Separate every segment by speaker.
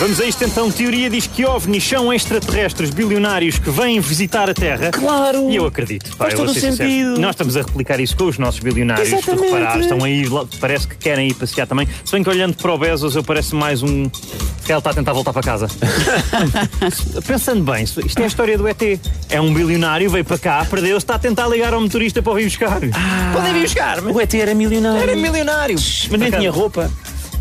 Speaker 1: Vamos a isto então. Teoria diz que OVNIs são extraterrestres bilionários que vêm visitar a Terra.
Speaker 2: Claro.
Speaker 1: E eu acredito.
Speaker 2: Faz
Speaker 1: eu vou
Speaker 2: todo
Speaker 1: ser sincero.
Speaker 2: sentido.
Speaker 1: Nós estamos a replicar isso com os nossos bilionários. Se tu
Speaker 2: Exatamente.
Speaker 1: reparar, estão aí, lá- parece que querem ir passear também. Se bem que olhando para o Bezos, eu pareço mais um. que ele está a tentar voltar para casa. Pensando bem, isto isto é a história do ET. É um bilionário, veio para cá, perdeu-se, está a tentar ligar ao motorista para o vir buscar.
Speaker 2: Podem vir buscar. Ah. O ET era milionário.
Speaker 3: Era milionário.
Speaker 2: Mas nem tinha roupa.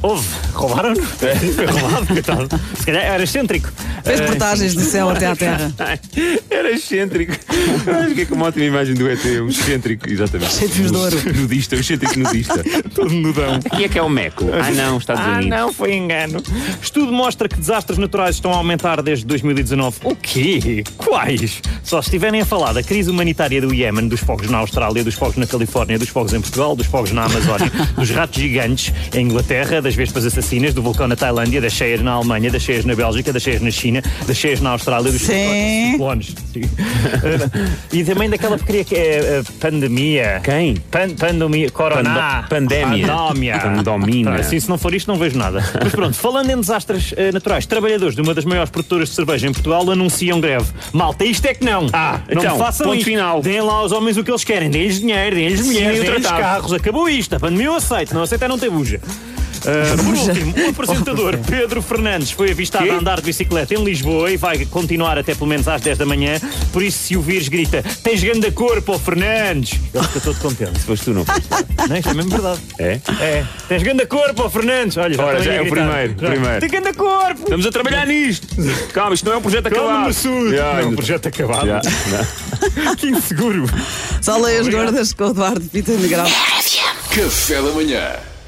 Speaker 1: Houve, roubaram-no. Foi roubado, coitado. Se calhar era excêntrico.
Speaker 4: Fez
Speaker 1: Eh,
Speaker 4: portagens do céu até à terra.
Speaker 5: Era excêntrico. Acho que é que uma ótima imagem do ET, um excêntrico, exatamente.
Speaker 4: Excêntricos de ouro.
Speaker 5: Nudista, um excêntrico nudista.
Speaker 1: todo nudão.
Speaker 5: Aqui é que é o Meco. Ah não, Estados
Speaker 1: Ah,
Speaker 5: Unidos.
Speaker 1: não, foi engano. Estudo mostra que desastres naturais estão a aumentar desde 2019. O quê? Quais? Só se estiverem a falar da crise humanitária do Iémen, dos fogos na Austrália, dos fogos na Califórnia, dos fogos em Portugal, dos fogos na Amazónia, dos ratos gigantes em Inglaterra, das vespas assassinas, do vulcão na Tailândia, das cheias na Alemanha, das cheias na Bélgica, das cheias na China, das cheias na Austrália, dos
Speaker 4: Sim.
Speaker 1: ciclones. Sim. Eh, e também daquela porcaria que é eh, pandemia.
Speaker 5: Quem?
Speaker 1: Pan- pandemia. Corona.
Speaker 5: Pando- pandémia.
Speaker 1: Pandómia.
Speaker 5: Pandomina.
Speaker 1: Ah, sim, se não for isto, não vejo nada. Mas pronto, falando em desastres eh, naturais, trabalhadores de uma das maiores produtoras de cerveja em Portugal anunciam greve. Malta, isto é que não.
Speaker 5: Ah,
Speaker 1: não
Speaker 5: então,
Speaker 1: me façam
Speaker 5: ponto
Speaker 1: isto.
Speaker 5: final.
Speaker 1: Deem lá aos homens o que eles querem. Deem-lhes dinheiro, deem-lhes mulheres,
Speaker 5: o
Speaker 1: deem-lhes
Speaker 5: tratado.
Speaker 1: carros. Acabou isto. A pandemia eu aceito. Não aceito é não ter buja. Ah, por último, o apresentador Pedro Fernandes foi avistado a andar de bicicleta em Lisboa e vai continuar até pelo menos às 10 da manhã. Por isso, se o vires, grita: Tens grande corpo, ó Fernandes! Ele fica todo contente.
Speaker 5: Se foste tu, não foste.
Speaker 1: Não, isto é mesmo verdade.
Speaker 5: É?
Speaker 1: É. Tens ganda corpo, ó Fernandes. Olha, já,
Speaker 5: Ora,
Speaker 1: estão
Speaker 5: já
Speaker 1: aí a
Speaker 5: é o
Speaker 1: gritar.
Speaker 5: primeiro,
Speaker 1: Já.
Speaker 5: primeiro.
Speaker 1: Tem ganda corpo.
Speaker 5: Estamos a trabalhar nisto. Calma, isto não é um projeto
Speaker 1: Calma,
Speaker 5: acabado.
Speaker 1: Massudo.
Speaker 5: Já,
Speaker 1: Não,
Speaker 5: ainda-
Speaker 1: projeto acabado.
Speaker 5: já, não.
Speaker 1: Que inseguro.
Speaker 4: Só leio as gordas com o Eduardo Pita Negrão.
Speaker 6: Café da Manhã.